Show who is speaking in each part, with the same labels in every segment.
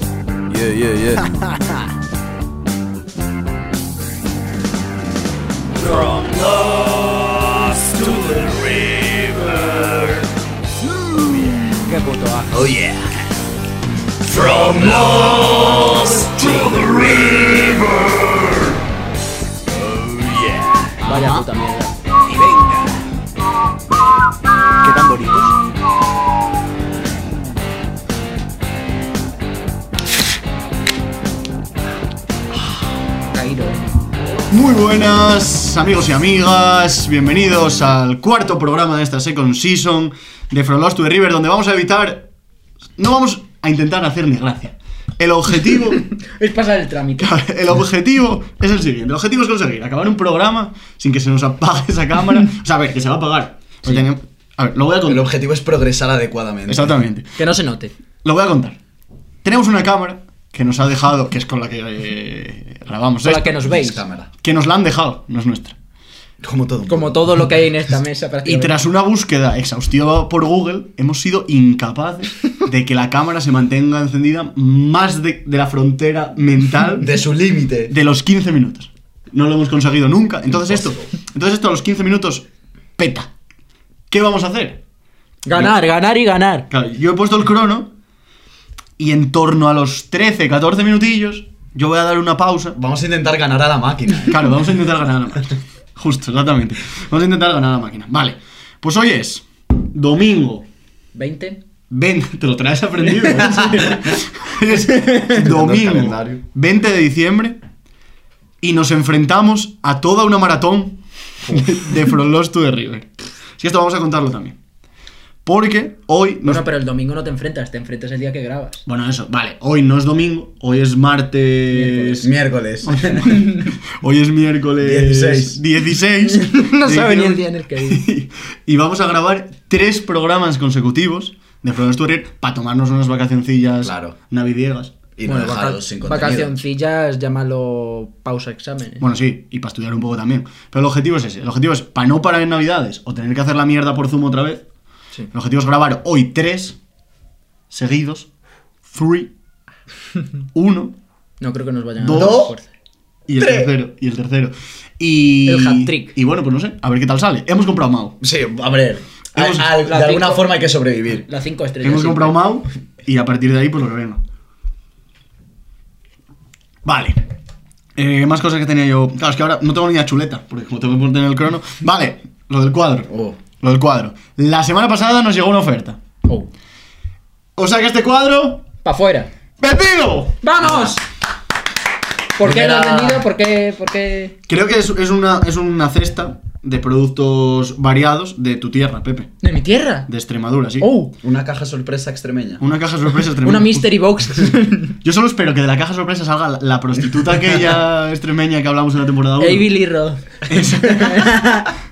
Speaker 1: yeah, yeah, yeah.
Speaker 2: From lost to the river.
Speaker 3: Qué puto bajo.
Speaker 2: Oh yeah. From lost to the river. Oh yeah.
Speaker 3: Vaya puta mierda.
Speaker 2: Y venga.
Speaker 4: Qué tan bonitos.
Speaker 3: Caído.
Speaker 5: Muy buenas amigos y amigas, bienvenidos al cuarto programa de esta second season de From Lost to the River, donde vamos a evitar, no vamos a intentar hacer ni gracia. El objetivo,
Speaker 3: Es pasar el trámite.
Speaker 5: el objetivo es el siguiente, el objetivo es conseguir acabar un programa sin que se nos apague esa cámara, o sea, a ver, que se va a apagar. Porque tenemos- A ver, lo voy a
Speaker 1: El
Speaker 5: contar.
Speaker 1: objetivo es progresar adecuadamente.
Speaker 5: Exactamente.
Speaker 3: Que no se note.
Speaker 5: Lo voy a contar. Tenemos una cámara que nos ha dejado, que es con la que eh, grabamos
Speaker 3: Con la
Speaker 5: esto,
Speaker 3: que nos
Speaker 1: Veis
Speaker 3: veis.
Speaker 1: cámara.
Speaker 5: que nos la han dejado, no es nuestra.
Speaker 1: Como todo.
Speaker 3: Como todo lo que hay en esta mesa.
Speaker 5: Y
Speaker 3: prácticamente.
Speaker 5: tras una búsqueda exhaustiva por Google, hemos sido incapaces de que la cámara se mantenga encendida más de, de la frontera mental
Speaker 1: De
Speaker 5: de,
Speaker 1: su límite.
Speaker 5: los 15 minutos. No lo hemos conseguido nunca. Entonces esto, entonces esto a los 15 minutos peta. ¿Qué vamos a hacer?
Speaker 3: Ganar, ganar y ganar.
Speaker 5: Claro, yo he puesto el crono y en torno a los 13, 14 minutillos yo voy a dar una pausa.
Speaker 1: Vamos a intentar ganar a la máquina. ¿eh?
Speaker 5: Claro, vamos a intentar ganar a la máquina. Justo, exactamente. Vamos a intentar ganar a la máquina. Vale, pues hoy es domingo
Speaker 3: 20.
Speaker 5: Ven, te lo traes aprendido. ¿eh? Sí. Es
Speaker 1: el
Speaker 5: domingo,
Speaker 1: calendario.
Speaker 5: 20 de diciembre, y nos enfrentamos a toda una maratón de From Lost to the River. Si esto vamos a contarlo también. Porque hoy... no es-
Speaker 3: Bueno, pero el domingo no te enfrentas, te enfrentas el día que grabas.
Speaker 5: Bueno, eso, vale. Hoy no es domingo, hoy es martes...
Speaker 1: Miércoles.
Speaker 5: Hoy es miércoles
Speaker 1: 16.
Speaker 5: 16.
Speaker 3: No
Speaker 5: de
Speaker 3: sabe ni el
Speaker 5: diciembre.
Speaker 3: día en el que vive.
Speaker 5: y vamos a grabar tres programas consecutivos de From Lost to the River para tomarnos unas vacacioncillas
Speaker 1: Claro.
Speaker 5: navidiegas.
Speaker 1: Y no
Speaker 3: Bueno,
Speaker 1: dejaros
Speaker 3: vaca-
Speaker 1: sin contenido.
Speaker 3: vacacioncillas, llámalo pausa exámenes.
Speaker 5: Bueno, sí, y para estudiar un poco también. Pero el objetivo es ese. El objetivo es para no parar en Navidades o tener que hacer la mierda por Zoom otra vez.
Speaker 3: Sí.
Speaker 5: El objetivo es grabar hoy tres seguidos. Three. Uno.
Speaker 3: No creo que nos vayan
Speaker 5: Dos.
Speaker 3: a dar más fuerza.
Speaker 5: Y el
Speaker 1: Tres.
Speaker 5: tercero. Y el tercero. Y.
Speaker 3: El hat-trick.
Speaker 5: Y bueno, pues no sé. A ver qué tal sale. Hemos comprado Mau.
Speaker 1: Sí, a ver. a-
Speaker 5: Hemos-
Speaker 1: a- de
Speaker 3: la
Speaker 1: alguna
Speaker 3: cinco-
Speaker 1: forma hay que sobrevivir.
Speaker 3: Las cinco estrellas.
Speaker 5: Hemos
Speaker 3: sí.
Speaker 5: comprado Mau y a partir de ahí, pues lo que venga. Vale. Eh, más cosas que tenía yo. Claro, es que ahora no tengo ni la chuleta, porque como tengo que poner el crono. Vale, lo del cuadro.
Speaker 1: Oh.
Speaker 5: Lo del cuadro. La semana pasada nos llegó una oferta.
Speaker 3: Oh.
Speaker 5: O sea que este cuadro.
Speaker 3: Pa' fuera.
Speaker 5: ¡Vendido!
Speaker 3: ¡Vamos! ¿Por qué no has
Speaker 1: Primera-
Speaker 3: vendido? ¿Por qué? ¿Por qué?
Speaker 5: Creo que es, es una, es una cesta de productos variados de tu tierra, Pepe.
Speaker 3: ¿De mi tierra?
Speaker 5: De Extremadura, sí.
Speaker 3: ¡Oh!
Speaker 1: Una caja sorpresa extremeña.
Speaker 5: Una caja sorpresa extremeña.
Speaker 3: Una mystery box.
Speaker 5: Yo solo espero que de la caja sorpresa salga la, la prostituta aquella extremeña que hablamos en la temporada 1.
Speaker 3: Ey, Billy Rod.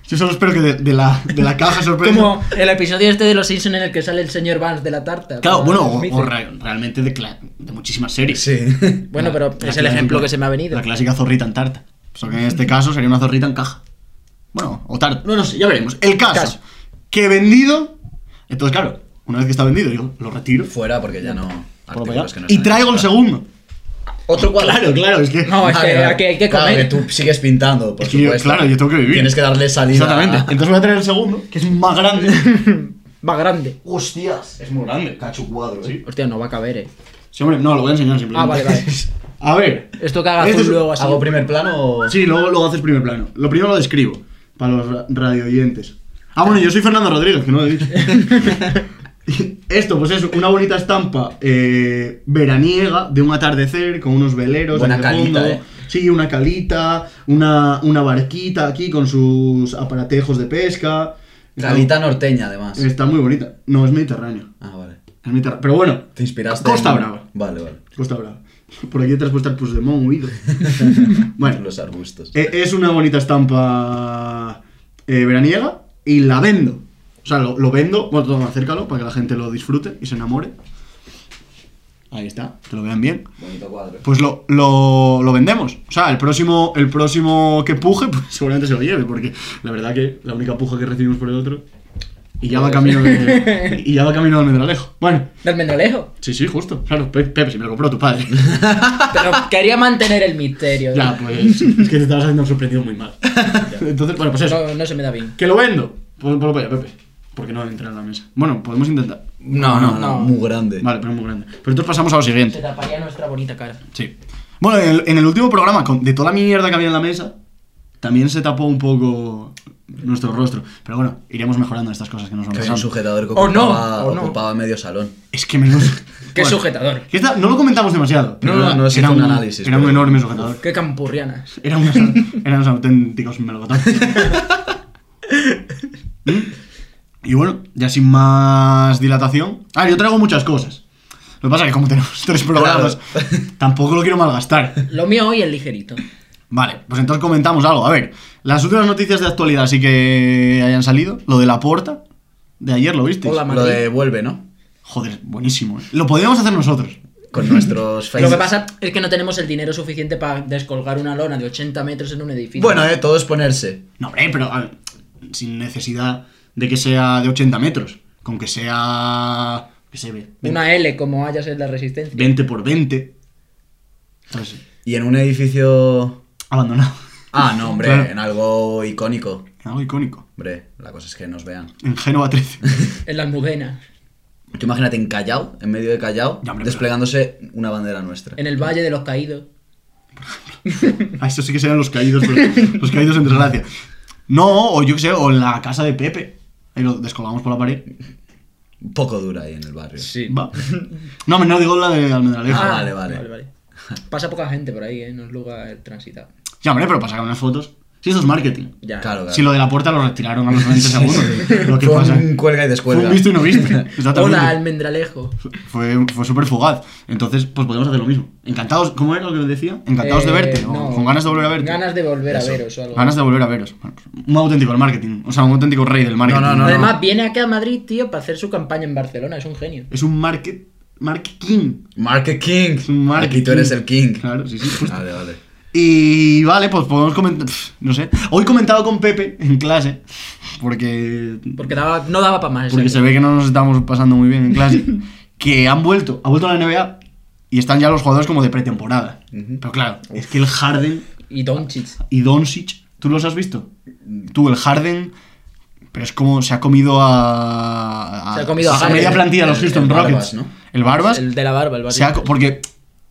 Speaker 5: Yo solo espero que de, de la, de la caja sorpresa.
Speaker 3: Como el episodio este de Los Simpsons en el que sale el señor Vance de la tarta.
Speaker 5: Claro,
Speaker 3: Como
Speaker 5: bueno, o,
Speaker 3: Smith.
Speaker 5: o re- realmente de, cla- de muchísimas series.
Speaker 1: Sí.
Speaker 3: Bueno, pero
Speaker 5: La
Speaker 3: es el ejemplo que se me ha venido.
Speaker 5: La clásica zorrita en tarta. Solo que en este caso sería una zorrita en caja. Bueno, o tarta. No, no sé, ya veremos. El caso.
Speaker 3: Caso.
Speaker 5: Que vendido. Entonces, claro, una vez que está vendido, yo lo retiro.
Speaker 1: Fuera porque ya no.
Speaker 5: por lo
Speaker 1: artículos
Speaker 5: que
Speaker 1: que no
Speaker 5: da, y
Speaker 1: están
Speaker 5: traigo
Speaker 1: en
Speaker 5: el
Speaker 1: el
Speaker 5: segundo.
Speaker 1: Otro cuadro.
Speaker 5: Claro, claro, es que.
Speaker 3: No, es
Speaker 1: Vale,
Speaker 3: que
Speaker 1: vale.
Speaker 3: aquí hay que
Speaker 1: Claro,
Speaker 3: comer.
Speaker 1: que tú sigues pintando, por
Speaker 5: Es que yo-
Speaker 1: supuesto.
Speaker 5: claro, yo tengo que vivir.
Speaker 1: Tienes que darle salida.
Speaker 5: Exactamente. Entonces voy a traer el segundo, que es más grande.
Speaker 3: Más grande.
Speaker 5: Hostias, es muy grande. Cacho cuadro, sí.
Speaker 3: Hostia, no va a caber, eh.
Speaker 5: Sí, hombre, no, lo voy a enseñar simplemente.
Speaker 3: Ah, vale, vale.
Speaker 5: A ver.
Speaker 3: Esto que haga
Speaker 5: Este
Speaker 3: azul
Speaker 5: es-
Speaker 3: luego así.
Speaker 1: ¿Hago primer plano o.?
Speaker 5: Sí, luego, luego haces primer plano. Lo primero lo describo, para los ra- radioyentes. Ah, bueno, yo soy Fernando Rodríguez, que no lo he dicho. Esto, pues es una bonita estampa eh, veraniega de un atardecer con unos veleros.
Speaker 1: Buena
Speaker 5: en el
Speaker 1: calita,
Speaker 5: fondo.
Speaker 1: eh.
Speaker 5: Sí, una calita, una, una barquita aquí con sus aparatejos de pesca.
Speaker 1: Calita norteña, además.
Speaker 5: Está muy bonita. No, es mediterráneo.
Speaker 1: Ah, vale.
Speaker 5: Es mediterráneo. Pero bueno,
Speaker 1: Te inspiraste.
Speaker 5: Costa
Speaker 1: en-
Speaker 5: Brava.
Speaker 1: Vale, vale.
Speaker 5: Costa Brava. Por aquí detrás puede estar Puigdemont huido. bueno,
Speaker 1: Los arbustos.
Speaker 5: Eh, Es una bonita estampa eh, veraniega y la vendo. O sea, lo, lo vendo, bueno, toma, acércalo para que la gente lo disfrute y se enamore. Ahí está, que lo vean bien.
Speaker 1: Bonito cuadro.
Speaker 5: Pues lo, lo, lo vendemos. O sea, el próximo, el próximo que puje, pues seguramente se lo lleve, porque la verdad que la única puja que recibimos por el otro Y ya va camino de. Y ya va camino de Almendralejo. Bueno,
Speaker 3: Del Mendralejo.
Speaker 5: sí, sí, justo. Claro, Pe- Pepe, si me lo compró tu padre.
Speaker 3: Pero quería mantener el misterio.
Speaker 5: ya, pues. Es que te estabas haciendo un sorprendido muy mal. Entonces, bueno, pues eso.
Speaker 3: No, no se me da bien.
Speaker 5: Que lo vendo. Por, por lo vaya, Pepe. Porque no entra en la mesa. Bueno, podemos intentar.
Speaker 1: No, no,
Speaker 3: no.
Speaker 1: no, muy grande.
Speaker 5: Vale, pero es muy grande. Pero entonces pasamos a lo
Speaker 3: Se
Speaker 5: siguiente.
Speaker 3: taparía nuestra bonita cara.
Speaker 5: Sí. Bueno, en el, en el último programa, con- de toda la mierda que había en la mesa, también se tapó un poco nuestro rostro. Pero bueno, iremos mejorando estas cosas que nos van
Speaker 1: Que había un
Speaker 5: pasando.
Speaker 1: sujetador que
Speaker 5: Oh,
Speaker 3: O no,
Speaker 1: ocupaba,
Speaker 3: o no.
Speaker 1: ocupaba medio salón.
Speaker 5: Es que menos.
Speaker 3: Qué sujetador.
Speaker 5: que esta no lo comentamos demasiado. pero
Speaker 1: No, no,
Speaker 5: era-
Speaker 1: no se
Speaker 5: era
Speaker 1: hizo un análisis,
Speaker 5: Era un
Speaker 1: pero-
Speaker 5: enorme sujetador.
Speaker 3: Qué campurrianas.
Speaker 5: Eran unos, eran unos auténticos melocotones. ¿Mm? y bueno, ya sin más dilatación. Ah, yo traigo muchas cosas. Lo que pasa es que como tenemos tres programas, tampoco lo quiero malgastar.
Speaker 3: Lo mío hoy es ligerito.
Speaker 5: Vale, pues entonces comentamos algo. A ver, las últimas noticias de actualidad sí que hayan salido. Lo de la puerta de ayer, ¿lo visteis?
Speaker 3: Hola,
Speaker 1: Lo
Speaker 3: Madrid.
Speaker 1: de vuelve, ¿no?
Speaker 5: Joder, buenísimo. ¿eh? Lo podíamos hacer nosotros.
Speaker 1: Con nuestros faces.
Speaker 3: Lo que pasa es que no tenemos el dinero suficiente para descolgar una lona de 80 metros en un edificio.
Speaker 1: Bueno, eh, todo es ponerse.
Speaker 5: No, hombre, pero a ver, sin necesidad de que sea de 80 metros. Con que sea. que se ve.
Speaker 3: una L como hayas en la resistencia.
Speaker 5: 20 por 20. ¿Sabes?
Speaker 1: Y en un edificio.
Speaker 5: Abandonado.
Speaker 1: Ah, no, hombre,
Speaker 5: Claro.
Speaker 1: en algo icónico.
Speaker 5: Algo icónico.
Speaker 1: Hombre, la cosa es que nos vean.
Speaker 5: En Génova 13.
Speaker 3: En la Almudena.
Speaker 1: Tú imagínate en Callao, en medio de Callao,
Speaker 5: Ya, hombre,
Speaker 1: desplegándose una bandera nuestra.
Speaker 3: En el Valle de los Caídos.
Speaker 5: A eso Ah, sí que serían los caídos, pero- los caídos en desgracia. No, o yo qué sé, o en la casa de Pepe. Ahí lo descolgamos por la pared.
Speaker 1: Un poco dura ahí en el barrio.
Speaker 3: Sí.
Speaker 5: Va. No, me no digo la de Almendralejo.
Speaker 1: Ah, vale, vale.
Speaker 3: Vale, vale. Pasa poca gente por ahí, ¿eh? No es lugar transitado.
Speaker 5: Ya, hombre, pero para sacar unas fotos. Si esto es marketing.
Speaker 3: Ya.
Speaker 1: Claro, claro.
Speaker 5: Si lo de la puerta lo retiraron a los 20 segundos. Lo que
Speaker 1: Fue
Speaker 5: pasa.
Speaker 1: un cuelga
Speaker 5: Fue
Speaker 1: y descuelga.
Speaker 5: un visto y no visto. Exactamente.
Speaker 3: Hola, Almendralejo.
Speaker 5: Fue, fue súper fugaz. Entonces, pues podemos hacer lo mismo. Encantados, ¿cómo era lo que decía? Encantados de
Speaker 3: Eh,
Speaker 5: verte. o
Speaker 3: no.
Speaker 5: con ganas de volver a verte.
Speaker 3: Ganas de volver
Speaker 1: Eso.
Speaker 3: a veros o algo.
Speaker 5: Ganas de volver a veros. Bueno, pues, un auténtico el marketing. O sea, un auténtico rey del marketing.
Speaker 1: No, no, no.
Speaker 3: Además, viene acá a Madrid, tío, para hacer su campaña en Barcelona. Es un genio.
Speaker 5: Es un market. Marketing.
Speaker 1: Market King.
Speaker 5: Es un market
Speaker 1: Aquí tú eres el King.
Speaker 5: Claro, sí, sí. justo.
Speaker 1: Vale, vale.
Speaker 5: Y vale, pues podemos comentar. No sé. Hoy he comentado con Pepe en clase. Porque.
Speaker 3: Porque daba- no daba para más. eh.
Speaker 5: Porque
Speaker 3: ese
Speaker 5: se ve que no nos estamos pasando muy bien en clase. que han vuelto, ha vuelto a la NBA y están ya los jugadores como de pretemporada. Pero claro, es que el Harden
Speaker 3: Y Doncic.
Speaker 5: y Doncic, ¿tú los has visto? Tú, el Harden, pero es como se ha comido a. a-
Speaker 3: Se ha comido a
Speaker 5: a
Speaker 3: Harden.
Speaker 5: media plantilla de los
Speaker 1: El-
Speaker 5: Houston
Speaker 1: el Barbas,
Speaker 5: Rockets.
Speaker 1: ¿no?
Speaker 5: El Barbas.
Speaker 3: El de la barba, el barrio.
Speaker 5: se ha co- porque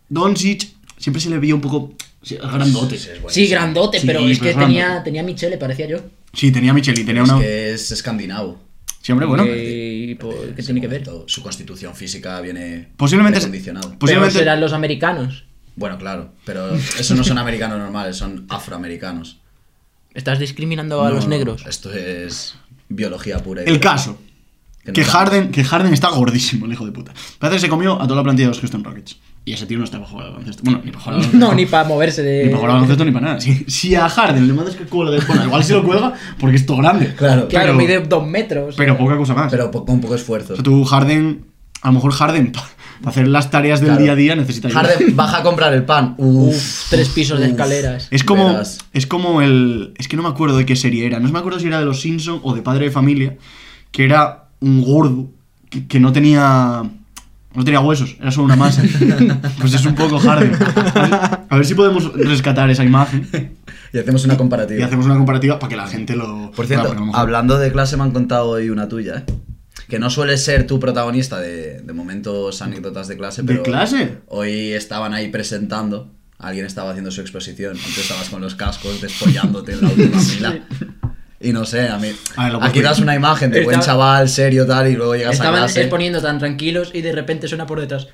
Speaker 5: Doncic siempre se le veía un poco sí, grandote.
Speaker 1: Es buenísimo.
Speaker 3: Sí, grandote,
Speaker 5: Sí, pues
Speaker 3: pero
Speaker 5: pero
Speaker 3: es que
Speaker 5: es
Speaker 3: tenía,
Speaker 5: grandote.
Speaker 3: tenía Michele, parecía yo.
Speaker 5: Sí, tenía a Michel y tenía
Speaker 1: Es
Speaker 5: una.
Speaker 1: que es escandinavo.
Speaker 5: Siempre, bueno.
Speaker 3: Eh, pues, ¿Qué
Speaker 1: Ese
Speaker 3: tiene que ver?
Speaker 1: momento, Su constitución física viene
Speaker 5: Posiblemente pues- se-
Speaker 1: condicionado.
Speaker 3: Pero
Speaker 5: Posiblemente-
Speaker 3: serán los americanos.
Speaker 1: Bueno, claro, pero esos no son americanos normales, son afroamericanos.
Speaker 3: Estás discriminando a
Speaker 1: No,
Speaker 3: los
Speaker 1: no,
Speaker 3: negros.
Speaker 1: Esto es biología pura. y
Speaker 5: El
Speaker 1: dura.
Speaker 5: caso.
Speaker 1: Que no
Speaker 5: Que
Speaker 1: está-
Speaker 5: Harden, que Harden está gordísimo, el hijo de puta. Parece que se comió a toda la plantilla de los Houston Rockets. Y ese tío no está para jugar al baloncesto. Bueno, ni para jugar al baloncesto.
Speaker 3: No, ni para moverse de.
Speaker 5: Ni para jugar al baloncesto ni para nada. Eh, Si, si a Harden le mandas que cuelga de fuera, igual si lo cuelga, porque es todo grande.
Speaker 1: Claro,
Speaker 3: Claro,
Speaker 5: pero-
Speaker 3: mide dos metros.
Speaker 5: Pero poca cosa más.
Speaker 1: pero po- con poco
Speaker 5: o
Speaker 1: esfuerzo.
Speaker 5: sea, tú, Harden, a lo mejor Harden, para hacer las tareas del
Speaker 1: Claro.
Speaker 5: día a día necesita ayuda.
Speaker 1: Harden baja a comprar el pan. Uf,
Speaker 3: Uf, tres pisos de
Speaker 1: uf.
Speaker 3: escaleras.
Speaker 5: Es como,
Speaker 1: Verás.
Speaker 5: es como el. Es que no me acuerdo de qué serie era. No me acuerdo si era de los Simpsons o de Padre de Familia. Que era un gordo que, que no tenía. No tenía huesos, era solo una masa. pues es un poco Harden. A ver, a ver si podemos rescatar esa imagen
Speaker 1: Y hacemos una
Speaker 5: y
Speaker 1: comparativa.
Speaker 5: hacemos una comparativa para que la gente lo.
Speaker 1: Por cierto,
Speaker 5: Claro, pero a lo mejor-
Speaker 1: hablando de clase, me han contado hoy una tuya, ¿eh? Que no suele ser tu protagonista de, de momentos, anécdotas de clase,
Speaker 5: ¿De
Speaker 1: pero.
Speaker 5: clase?
Speaker 1: Hoy estaban ahí presentando. Alguien estaba haciendo su exposición. Tú estabas con los cascos despollándote en la última fila. Y no sé, a mí.
Speaker 5: A ver, lo
Speaker 1: aquí
Speaker 5: puedo-
Speaker 1: das una imagen de buen
Speaker 3: Estaba-
Speaker 1: chaval, serio, tal, y luego llegas a
Speaker 3: Estaban
Speaker 1: clase.
Speaker 3: poniendo tan tranquilos y de repente suena por detrás.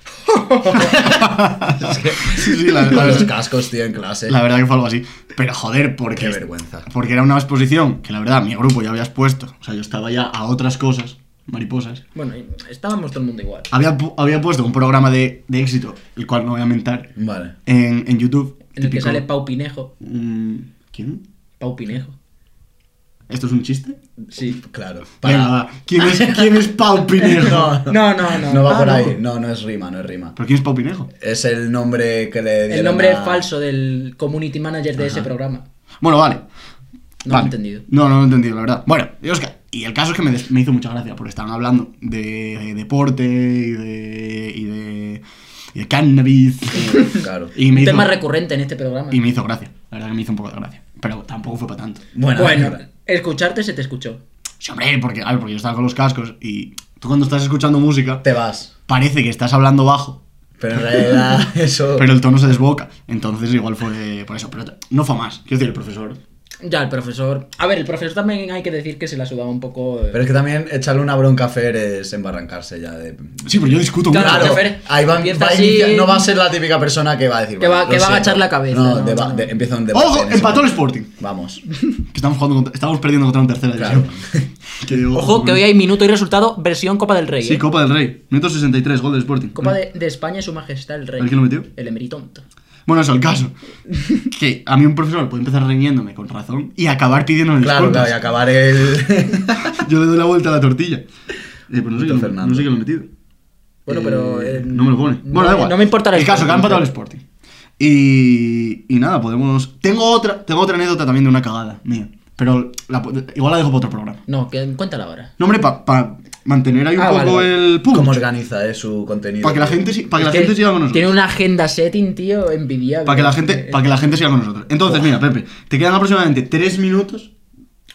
Speaker 5: Sí, sí, la, la-
Speaker 1: Con los cascos, tío, en clase.
Speaker 5: la verdad que fue algo así. Pero joder, porque.
Speaker 1: Qué vergüenza.
Speaker 5: Porque era una exposición que la verdad mi grupo ya habías puesto. O sea, yo estaba ya a otras cosas, mariposas.
Speaker 3: Bueno, y estábamos todo el mundo igual.
Speaker 5: Había, pu- había puesto un programa de, de éxito, el cual no voy a mentar,
Speaker 1: Vale.
Speaker 5: en, en YouTube.
Speaker 3: En el que
Speaker 5: Típico-
Speaker 3: sale Pau Pinejo.
Speaker 5: Mm, ¿Quién?
Speaker 3: Pau Pinejo.
Speaker 5: ¿Esto es un chiste?
Speaker 1: Sí. Claro.
Speaker 5: Venga,
Speaker 1: Para-
Speaker 5: va. ¿Quién es, ¿Quién es Pau Pinejo?
Speaker 3: No, no, no.
Speaker 1: No va
Speaker 3: Ah,
Speaker 1: por
Speaker 3: no.
Speaker 1: ahí. No, no es rima, no es rima.
Speaker 5: ¿Pero quién es Pau Pinejo?
Speaker 1: Es el nombre que le dieron
Speaker 3: El nombre
Speaker 1: a-
Speaker 3: falso del community manager de ese programa.
Speaker 5: Bueno, vale.
Speaker 3: No lo he
Speaker 5: Vale.
Speaker 3: entendido.
Speaker 5: No, no lo he entendido, la verdad. Bueno, y Oscar, Y el caso es que me, des- me hizo mucha gracia, porque estaban hablando de, de deporte y de, y de, y de cannabis.
Speaker 1: Claro.
Speaker 5: y, me
Speaker 3: Un
Speaker 5: hizo,
Speaker 3: tema recurrente en este programa.
Speaker 5: y me hizo gracia. La verdad que me hizo un poco de gracia. Pero tampoco fue para tanto.
Speaker 1: Bueno,
Speaker 3: Bueno, escucharte se te escuchó.
Speaker 5: Sí, hombre, porque, claro, porque yo estaba con los cascos y tú cuando estás escuchando música
Speaker 1: te vas.
Speaker 5: parece que estás hablando bajo,
Speaker 1: Pero en realidad eso...
Speaker 5: pero el tono se desboca. Entonces igual fue por eso. Pero no fue más. Quiero decir, el profesor.
Speaker 3: Ya, el profesor. A ver, el profesor también hay que decir que se la sudaba un poco. eh.
Speaker 1: Pero es que también echarle una bronca a Fer es embarrancarse ya de...
Speaker 5: Sí, pero yo discuto
Speaker 3: Claro,
Speaker 5: mucho.
Speaker 1: Claro,
Speaker 3: que Fer
Speaker 1: ahí va,
Speaker 3: empieza
Speaker 1: va a
Speaker 3: así-
Speaker 1: iniciar- no va a ser la típica persona que va a decir...
Speaker 3: Que va-
Speaker 1: "Vale,
Speaker 3: que
Speaker 1: lo
Speaker 3: va a
Speaker 1: siento".
Speaker 3: agaba la cabeza,
Speaker 1: No,
Speaker 3: no,
Speaker 1: deba-
Speaker 3: no.
Speaker 1: de- empieza un debate.
Speaker 5: ¡Ojo!
Speaker 1: en ese
Speaker 5: Empató el
Speaker 1: momento.
Speaker 5: Sporting.
Speaker 1: Vamos.
Speaker 5: Que estamos, jugando contra- estamos perdiendo contra una tercera
Speaker 1: Claro.
Speaker 5: división. Que digo,
Speaker 3: Ojo, que hoy hay minuto y resultado versión Copa del Rey.
Speaker 5: Sí,
Speaker 3: eh.
Speaker 5: Copa del Rey. Minuto 63, gol del Sporting.
Speaker 3: Copa de, de España y su majestad el rey.
Speaker 5: ¿El quién lo metió?
Speaker 3: El emeritonto.
Speaker 5: Bueno, eso, el caso. Que a mí un profesor puede empezar reñiéndome con razón y acabar pidiéndome
Speaker 1: Claro,
Speaker 5: disculpas.
Speaker 1: claro, y acabar el...
Speaker 5: Yo le doy la vuelta a la tortilla. Eh, pues no sé,
Speaker 1: Puto
Speaker 5: qué-
Speaker 1: Fernando.
Speaker 5: no sé qué lo he metido.
Speaker 3: Bueno, pero,
Speaker 5: Eh,
Speaker 3: eh,
Speaker 5: no me lo pone.
Speaker 3: no-
Speaker 5: bueno, da igual.
Speaker 3: no me importará
Speaker 5: el
Speaker 3: el
Speaker 5: caso, que ha
Speaker 3: Sporting,
Speaker 5: empatado el
Speaker 3: pero-
Speaker 5: Sporting. Y, y nada, podemos. Tengo otra, tengo otra anécdota también de una cagada mía. Pero la po- igual la dejo para otro programa.
Speaker 3: No, que, cuéntala ahora.
Speaker 5: No, hombre, para mantener ahí un
Speaker 3: Ah,
Speaker 5: poco
Speaker 3: vale, vale.
Speaker 5: el punto.
Speaker 1: ¿Cómo organiza eh, su contenido?
Speaker 5: Para que la gente, si- para que
Speaker 3: Es
Speaker 5: la gente siga con nosotros.
Speaker 3: Tiene una agenda setting, tío, envidiable. Eh,
Speaker 5: Para que la gente, para que la gente siga con nosotros. Entonces, mira, Pepe, te quedan aproximadamente 3 minutos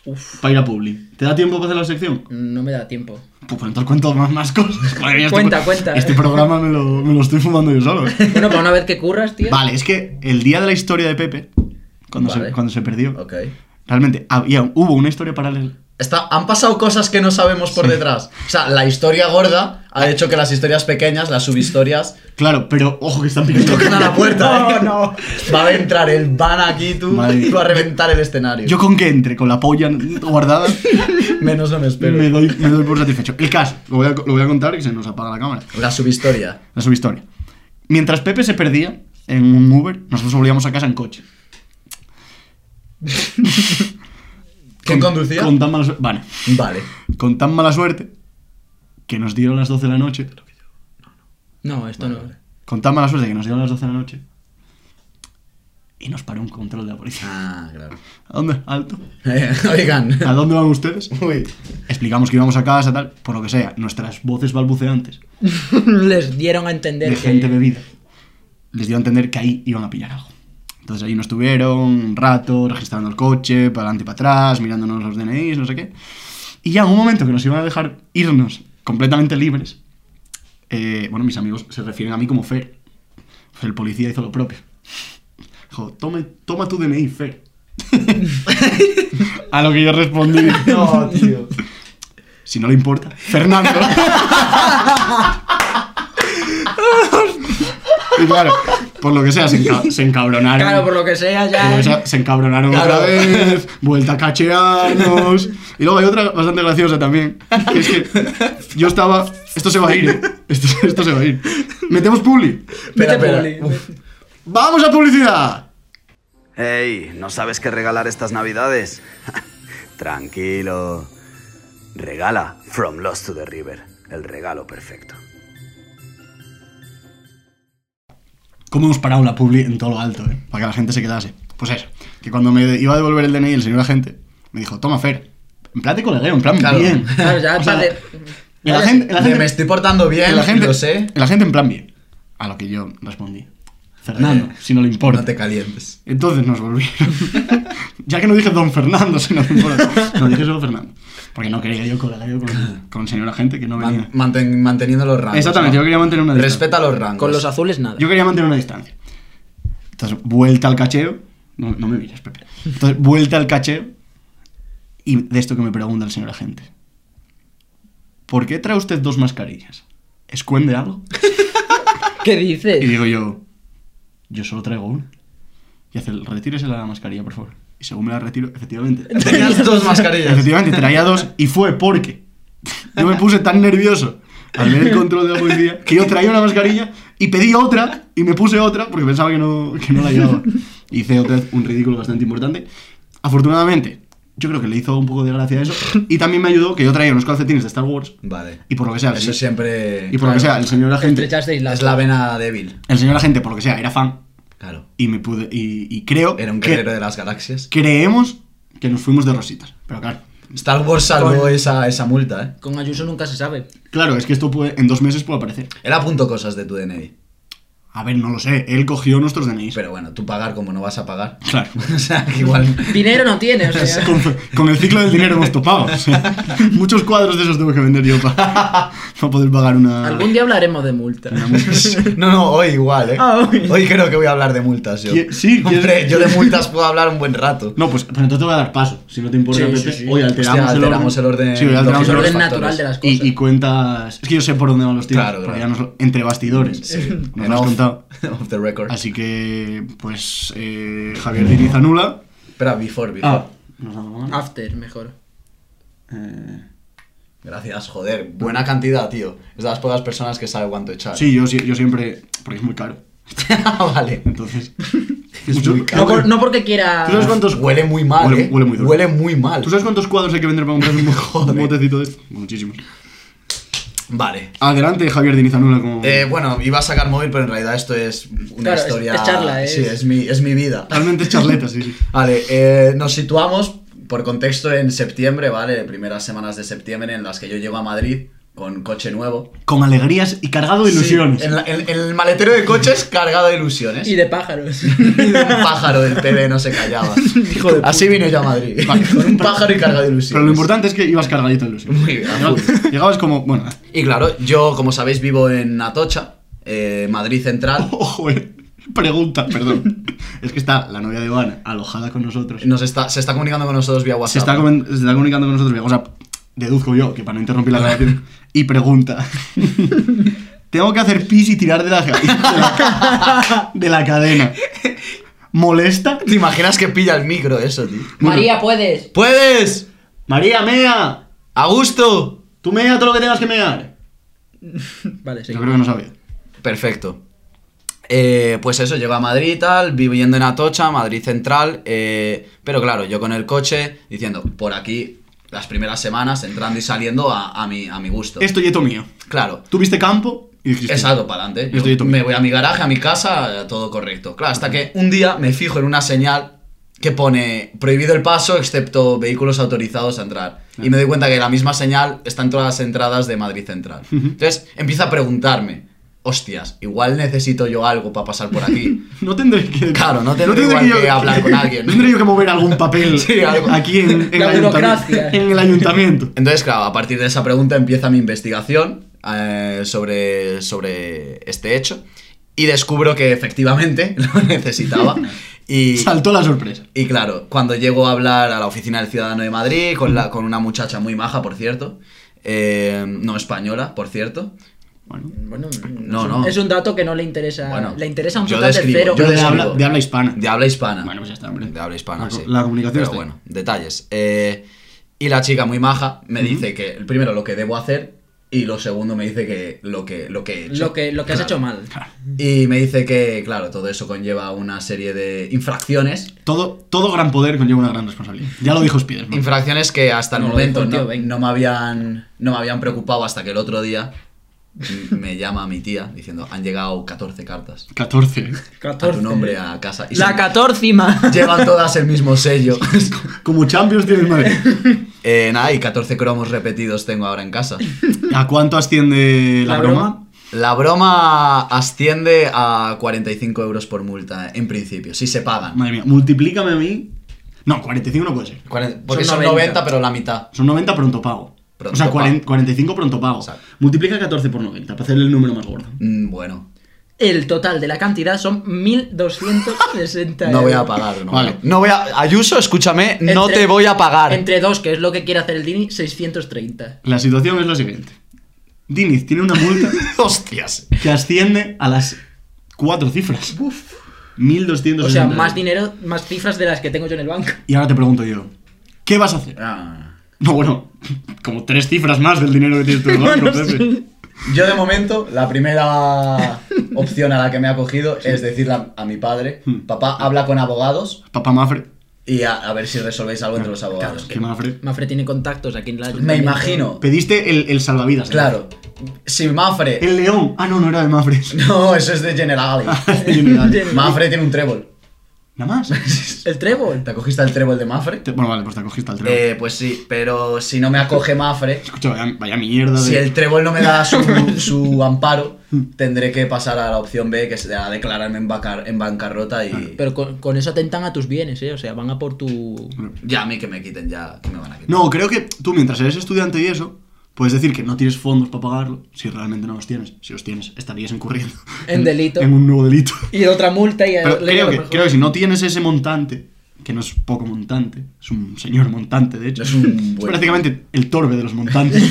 Speaker 3: Uf.
Speaker 5: para ir a Publi. ¿Te da tiempo para hacer la sección?
Speaker 3: No me da tiempo.
Speaker 5: Pues por entonces cuento más, más cosas. Madre mía,
Speaker 3: Cuenta,
Speaker 5: este,
Speaker 3: cuenta.
Speaker 5: Este programa me lo, me lo estoy fumando yo solo. eh.
Speaker 3: Bueno, para una vez que curras, tío.
Speaker 5: Vale, es que el día de la historia de Pepe, cuando, se,
Speaker 1: Vale.
Speaker 5: cuando se perdió,
Speaker 1: Ok.
Speaker 5: realmente había, hubo una historia paralela.
Speaker 1: Está- han pasado cosas que no sabemos por detrás. O sea, la historia gorda ha hecho que las historias pequeñas, las subhistorias,
Speaker 5: Claro, pero ojo que están picando.
Speaker 1: toquen a la puerta. No, no. Va a entrar el van aquí tú
Speaker 5: eh. Madre
Speaker 1: y
Speaker 5: mía.
Speaker 1: va a reventar el escenario.
Speaker 5: Yo con que entre, con la polla guardada,
Speaker 1: menos no me espero.
Speaker 5: me, doy, me doy por satisfecho. El caso, lo voy a, lo voy a contar y se nos apaga la cámara.
Speaker 1: La subhistoria.
Speaker 5: La subhistoria. Mientras Pepe se perdía en un Uber, nosotros volvíamos a casa en coche.
Speaker 1: ¿Quién
Speaker 5: Con-
Speaker 1: conducía?
Speaker 5: Con tan, mala su- vale.
Speaker 1: Vale.
Speaker 5: con tan mala suerte que nos dieron las 12 de la noche.
Speaker 3: No, esto no.
Speaker 5: Con tan mala suerte que nos dieron las 12 de la noche. Y nos paró un control de la policía.
Speaker 1: Ah, claro.
Speaker 5: ¿A dónde? ¿Alto?
Speaker 1: Eh, oigan.
Speaker 5: ¿A dónde van ustedes?
Speaker 1: Uy.
Speaker 5: Explicamos que íbamos a casa, tal, por lo que sea, nuestras voces balbuceantes
Speaker 3: Les dieron a entender.
Speaker 5: de
Speaker 3: que-
Speaker 5: gente bebida les dio a entender que ahí iban a pillar algo. Entonces ahí nos tuvieron un rato registrando el coche, para adelante y para atrás, mirándonos los DNIs, no sé qué. Y ya en un momento que nos iban a dejar irnos completamente libres, eh, bueno, mis amigos se refieren a mí como Fer. Pues el policía hizo lo propio. Dijo, tome, toma tu DNI, Fer. a lo que yo respondí. No, tío. Si no le importa, Fernando. y claro, por lo que sea, se, enca- se encabronaron.
Speaker 3: Claro, por lo que sea, ya.
Speaker 5: Pero esa- se encabronaron
Speaker 1: Claro.
Speaker 5: otra vez, vuelta a cachearnos. Y luego hay otra bastante graciosa también. que es que yo estaba. Esto se va a ir, ¿eh? Esto, esto se va a ir. Metemos publi.
Speaker 1: Espera, espera.
Speaker 3: Vete, Poli.
Speaker 1: Uf.
Speaker 5: ¡Vamos a publicidad!
Speaker 2: Hey, ¿no sabes qué regalar estas navidades? Tranquilo. Regala From Lost to the River, el regalo perfecto.
Speaker 5: ¿Cómo hemos parado la publi en todo lo alto, ¿eh? Para que la gente se quedase. Pues eso, que cuando me iba a devolver el DNI, el señor agente me dijo: Toma, Fer. En plan de colegueo, en plan
Speaker 1: Claro.
Speaker 5: bien.
Speaker 3: Claro, ya,
Speaker 5: O sea,
Speaker 3: pa' de-
Speaker 5: el agente- el agente-
Speaker 1: Me estoy portando bien,
Speaker 5: la gente,
Speaker 1: lo sé.
Speaker 5: La gente en plan bien. A lo que yo respondí. Fernando, si no le importa.
Speaker 1: No te calientes.
Speaker 5: Entonces nos volvieron. ya que no dije don Fernando, si no te importa. No dije solo Fernando. Porque no quería yo colegar con, con señora gente que no venía.
Speaker 1: Man- manten- manteniendo los rangos.
Speaker 5: Exactamente,
Speaker 1: ¿no?
Speaker 5: yo quería mantener una distancia.
Speaker 1: Respeta los rangos.
Speaker 3: Con los azules nada.
Speaker 5: Yo quería mantener una distancia. Entonces, vuelta al cacheo. No, no me mires, Pepe. Entonces, vuelta al cacheo. Y de esto que me pregunta el señor agente. ¿Por qué trae usted dos mascarillas? ¿Escuende algo?
Speaker 3: ¿Qué
Speaker 5: Y
Speaker 3: dices?
Speaker 5: digo yo, yo solo traigo una. Y hace, el, retírese la mascarilla, por favor. Y según me la retiro, efectivamente.
Speaker 1: Tenías dos mascarillas.
Speaker 5: efectivamente, traía dos y fue porque yo me puse tan nervioso al ver el control de la policía que yo traía una mascarilla y pedí otra y me puse otra porque pensaba que no, que no la llevaba. Hice otra vez un ridículo bastante importante. Afortunadamente, yo creo que le hizo un poco de gracia eso y también me ayudó que yo traía unos calcetines de Star Wars
Speaker 1: Vale.
Speaker 5: y por lo que sea,
Speaker 1: Eso
Speaker 5: sí,
Speaker 1: siempre.
Speaker 5: y por lo que sea, el señor agente,
Speaker 3: Estrechasteis la.
Speaker 1: Es la vena débil.
Speaker 5: el señor agente por lo que sea era fan
Speaker 1: Claro.
Speaker 5: y me pude y, y creo
Speaker 1: Era un
Speaker 5: que
Speaker 1: guerrero de las galaxias.
Speaker 5: creemos que nos fuimos de rositas pero claro
Speaker 1: Star Wars salvó
Speaker 3: Con-
Speaker 1: esa, esa multa, ¿eh?
Speaker 3: Con Ayuso nunca se sabe.
Speaker 5: Claro, es que esto puede, en dos meses puede aparecer.
Speaker 1: Era punto cosas de tu DNI.
Speaker 5: A ver, no lo sé. Él cogió nuestros DNIs.
Speaker 1: Pero bueno, tú pagar como no vas a pagar.
Speaker 5: Claro.
Speaker 1: o sea, que igual.
Speaker 3: Dinero no tiene, o sea.
Speaker 5: Con, con el ciclo del dinero hemos topado. o sea, muchos cuadros de esos tengo que vender yo para, poder pagar una.
Speaker 3: Algún día hablaremos de multa.
Speaker 1: No, no, hoy igual, ¿eh?
Speaker 3: Ah, hoy.
Speaker 1: Hoy creo que voy a hablar de multas yo.
Speaker 5: ¿Qui- sí,
Speaker 1: Hombre,
Speaker 5: quieres-
Speaker 1: yo de multas puedo hablar un buen rato.
Speaker 5: No, pues pero entonces te voy a dar paso. Si no te importa,
Speaker 3: Sí,
Speaker 5: Pepe.
Speaker 3: sí, sí.
Speaker 5: hoy alteramos,
Speaker 1: Hostia, alteramos el orden
Speaker 5: Sí, hoy alteramos
Speaker 3: El
Speaker 5: el
Speaker 1: lógico.
Speaker 3: orden
Speaker 5: orden.
Speaker 3: natural
Speaker 1: factores.
Speaker 3: de las cosas.
Speaker 5: Y, y cuentas. Es que yo sé por dónde van los tiros.
Speaker 1: Claro,
Speaker 5: porque
Speaker 1: claro.
Speaker 5: ya nos- entre bastidores. Nos
Speaker 1: En
Speaker 5: lo has
Speaker 1: off-
Speaker 5: contado.
Speaker 1: Off the record.
Speaker 5: Así que, pues, eh, Javier Diniz anula.
Speaker 1: Espera, before, before.
Speaker 5: Ah, nos damos la mano.
Speaker 3: After, mejor.
Speaker 5: Eh,
Speaker 1: Gracias, joder. Buena cantidad, tío. Es de las pocas personas que sabe cuánto echar. Ah,
Speaker 5: sí, yo, si- yo siempre. Porque es muy caro.
Speaker 1: vale.
Speaker 5: Entonces.
Speaker 1: Es
Speaker 5: mucho-
Speaker 1: muy
Speaker 3: No,
Speaker 1: caro.
Speaker 3: por- no porque quiera.
Speaker 5: ¿Tú sabes cuántos
Speaker 1: Huele muy mal,
Speaker 5: Huele-
Speaker 1: eh.
Speaker 5: huele muy duro.
Speaker 1: muy mal.
Speaker 5: ¿Tú sabes cuántos cuadros hay que vender para comprar un, mo-
Speaker 1: Joder.
Speaker 5: un botecito de esto? Muchísimos.
Speaker 1: Vale.
Speaker 5: Adelante, Javier Diniz Anula. Como...
Speaker 1: Eh, bueno, iba a sacar móvil, pero en realidad esto es una
Speaker 3: Claro, es-
Speaker 1: historia.
Speaker 3: es charla, es-
Speaker 1: Sí, es mi, es mi vida.
Speaker 5: Realmente es charleta, sí, sí.
Speaker 1: Vale, eh, nos situamos por contexto en septiembre, ¿vale? Primeras semanas de septiembre en las que yo llego a Madrid con coche nuevo.
Speaker 5: Con alegrías y cargado de ilusiones.
Speaker 1: Sí, en la- en- en el maletero de coches cargado de ilusiones.
Speaker 3: Y de pájaros.
Speaker 1: Y de un pájaro del TV no se callaba.
Speaker 3: Hijo de
Speaker 1: Así vine yo a Madrid. Con un pájaro y cargado de ilusiones.
Speaker 5: Pero lo importante es que ibas cargadito de ilusiones.
Speaker 1: Muy bien, a
Speaker 5: Llegabas-
Speaker 1: full.
Speaker 5: Llegabas como. Bueno,
Speaker 1: Y claro, yo, como sabéis, vivo en Atocha, eh, Madrid Central.
Speaker 5: ojo, eh. Pregunta, perdón. es que está la novia de Iván alojada con nosotros.
Speaker 1: Nos está, se está comunicando con nosotros vía WhatsApp.
Speaker 5: se, está comen- se está comunicando con nosotros. vía WhatsApp. deduzco yo, que para no interrumpir la grabación. Y pregunta. Tengo que hacer pis y tirar de la, de la- de la cadena. ¿Molesta?
Speaker 1: ¿Te imaginas que pilla el micro eso, tío?
Speaker 3: María, puedes.
Speaker 1: ¡Puedes!
Speaker 5: María, mea.
Speaker 1: ¡A gusto!
Speaker 5: Tú mea todo lo que tengas que mear.
Speaker 3: Vale, sí.
Speaker 5: Yo creo que no sabía.
Speaker 1: Perfecto. Eh, pues eso, llego a Madrid y tal, viviendo en Atocha, Madrid Central, eh, pero claro, yo con el coche diciendo, por aquí, las primeras semanas, entrando y saliendo a, a mi, a mi gusto.
Speaker 5: Esto yeto mío.
Speaker 1: Claro,
Speaker 5: Tuviste campo y dijiste.
Speaker 1: Exacto, para
Speaker 5: Yo estoy
Speaker 1: adelante.
Speaker 5: también.
Speaker 1: Me voy a mi garaje, a mi casa, todo correcto. Claro, hasta que un día me fijo en una señal que pone prohibido el paso excepto vehículos autorizados a entrar. Y me doy cuenta que la misma señal está en todas las entradas de Madrid Central. Entonces empieza a preguntarme, hostias, igual necesito yo algo para pasar por aquí.
Speaker 5: No tendré que.
Speaker 1: Claro, no tendré igual que hablar con alguien.
Speaker 5: No tendré yo que mover algún papel
Speaker 1: Sí, algo.
Speaker 5: aquí en, en
Speaker 3: La
Speaker 5: el
Speaker 3: burocracia.
Speaker 5: ayuntamiento. En el ayuntamiento.
Speaker 1: Entonces, claro, a partir de esa pregunta empieza mi investigación eh, sobre, sobre este hecho y descubro que efectivamente lo necesitaba. Y,
Speaker 5: Saltó la sorpresa.
Speaker 1: Y claro, cuando llego a hablar a la oficina del Ciudadano de Madrid, con, la, con una muchacha muy maja, por cierto, eh, no española, por cierto.
Speaker 5: Bueno.
Speaker 3: Bueno,
Speaker 1: No,
Speaker 3: es, un-
Speaker 1: no.
Speaker 3: es un dato que no le interesa.
Speaker 1: Bueno,
Speaker 3: le interesa un
Speaker 1: yo
Speaker 3: total de
Speaker 1: describo,
Speaker 3: cero.
Speaker 1: yo
Speaker 5: de,
Speaker 1: describo.
Speaker 5: habla, de habla hispana.
Speaker 1: De habla hispana.
Speaker 5: Bueno, pues ya está, hombre.
Speaker 1: De habla hispana,
Speaker 5: La co-
Speaker 1: sí.
Speaker 5: la comunicación
Speaker 1: Pero
Speaker 5: está ahí.
Speaker 1: bueno, detalles. Eh, y la chica muy maja me dice que, primero, lo que debo hacer y lo segundo me dice que lo que, lo que he hecho.
Speaker 3: Lo que, lo que has
Speaker 1: Claro.
Speaker 3: hecho mal.
Speaker 1: Y me dice que, claro, todo eso conlleva una serie de infracciones
Speaker 5: Todo, todo gran poder conlleva una gran responsabilidad. Ya lo dijo Spiderman.
Speaker 1: Mm. Infracciones que hasta el
Speaker 3: No lo
Speaker 1: momento
Speaker 3: dijo el tío
Speaker 1: no,
Speaker 3: Ben.
Speaker 1: no me habían, no me habían preocupado hasta que el otro día m- me llama mi tía diciendo han llegado 14 cartas
Speaker 5: 14.
Speaker 1: a tu nombre a casa. Y
Speaker 3: La
Speaker 1: se-
Speaker 3: catorcima.
Speaker 1: Llevan todas el mismo sello.
Speaker 5: Como Champions tienes madre.
Speaker 1: Eh, nada, y 14 cromos repetidos tengo ahora en casa.
Speaker 5: ¿A cuánto asciende la,
Speaker 3: La
Speaker 5: broma?
Speaker 3: broma.
Speaker 1: La broma asciende a 45 euros por multa, eh, en principio, si se pagan.
Speaker 5: Madre mía, multiplícame a mí. No, 45 no puede ser.
Speaker 1: Cuaren- Porque
Speaker 3: Son
Speaker 1: son
Speaker 3: 90,
Speaker 1: 90, pero la mitad.
Speaker 5: Son 90 pronto pago.
Speaker 1: Pronto
Speaker 5: o sea,
Speaker 1: pago.
Speaker 5: 40 45 pronto pago.
Speaker 1: Exacto.
Speaker 5: Multiplica 14 por 90 para hacerle el número más gordo.
Speaker 1: Mm, Bueno,
Speaker 3: El total de la cantidad son 1260
Speaker 1: no voy a
Speaker 3: euros.
Speaker 1: pagar. No,
Speaker 5: Vale.
Speaker 1: no voy a. Ayuso, escúchame, no
Speaker 3: Entre-
Speaker 1: te voy a pagar.
Speaker 3: Entre dos, que es lo que quiere hacer el Dini, 630.
Speaker 5: La situación es la siguiente. Diniz tiene una multa
Speaker 1: Hostias.
Speaker 5: que asciende a las cuatro cifras. 1.200
Speaker 1: Pues
Speaker 3: O sea, más dinero, más cifras de las que tengo yo en el banco.
Speaker 5: Y ahora te pregunto yo, ¿qué vas a hacer?
Speaker 1: Ah.
Speaker 5: No, bueno, como tres cifras más del dinero que tienes tú en el banco,
Speaker 3: Bueno,
Speaker 5: Pues Pepe.
Speaker 3: sí.
Speaker 1: Yo de momento, la primera opción a la que me ha cogido es decirle a, a mi padre,
Speaker 5: Hmm.
Speaker 1: papá, habla con abogados
Speaker 5: Papá Mafre.
Speaker 1: y a, a ver si resolvéis algo entre los abogados.
Speaker 5: ¿Qué Mafre?
Speaker 3: Mafre tiene contactos aquí en la.
Speaker 1: Me imagino,
Speaker 5: Pediste el, el salvavidas. ¿no?
Speaker 1: claro, si Mafre...
Speaker 5: El león. Ah, no, no era de Mafre.
Speaker 1: No, eso es de Generali.
Speaker 5: General.
Speaker 1: Mafre tiene un trébol.
Speaker 5: Nada más.
Speaker 3: El trébol.
Speaker 1: ¿Te acogiste al trébol de Mafre?
Speaker 5: Te- bueno, vale, pues te acogiste al trébol.
Speaker 1: Eh, pues sí, pero si no me acoge Mafre,
Speaker 5: Escucha, vaya, vaya mierda
Speaker 1: si
Speaker 5: de.
Speaker 1: el trébol no me da su, su amparo, tendré que pasar a la opción B, que es a declararme en, bacar- en bancarrota y.
Speaker 3: Pero con, con eso atentan a tus bienes, ¿eh? O sea, van a por tu.
Speaker 5: Mm.
Speaker 1: Ya a mí que me quiten, ya que me van a quitar.
Speaker 5: No, creo que tú mientras eres estudiante y eso, puedes decir que no tienes fondos para pagarlo si realmente no los tienes. Si los tienes, estarías incurriendo
Speaker 3: En delito.
Speaker 5: En un nuevo delito.
Speaker 3: Y otra multa y.
Speaker 5: Pero
Speaker 3: le-
Speaker 5: creo que,
Speaker 3: mejor.
Speaker 5: creo que si no tienes ese montante, que no es poco montante, es un señor montante, de hecho.
Speaker 1: Es un buen-
Speaker 5: prácticamente el torbe de los montantes.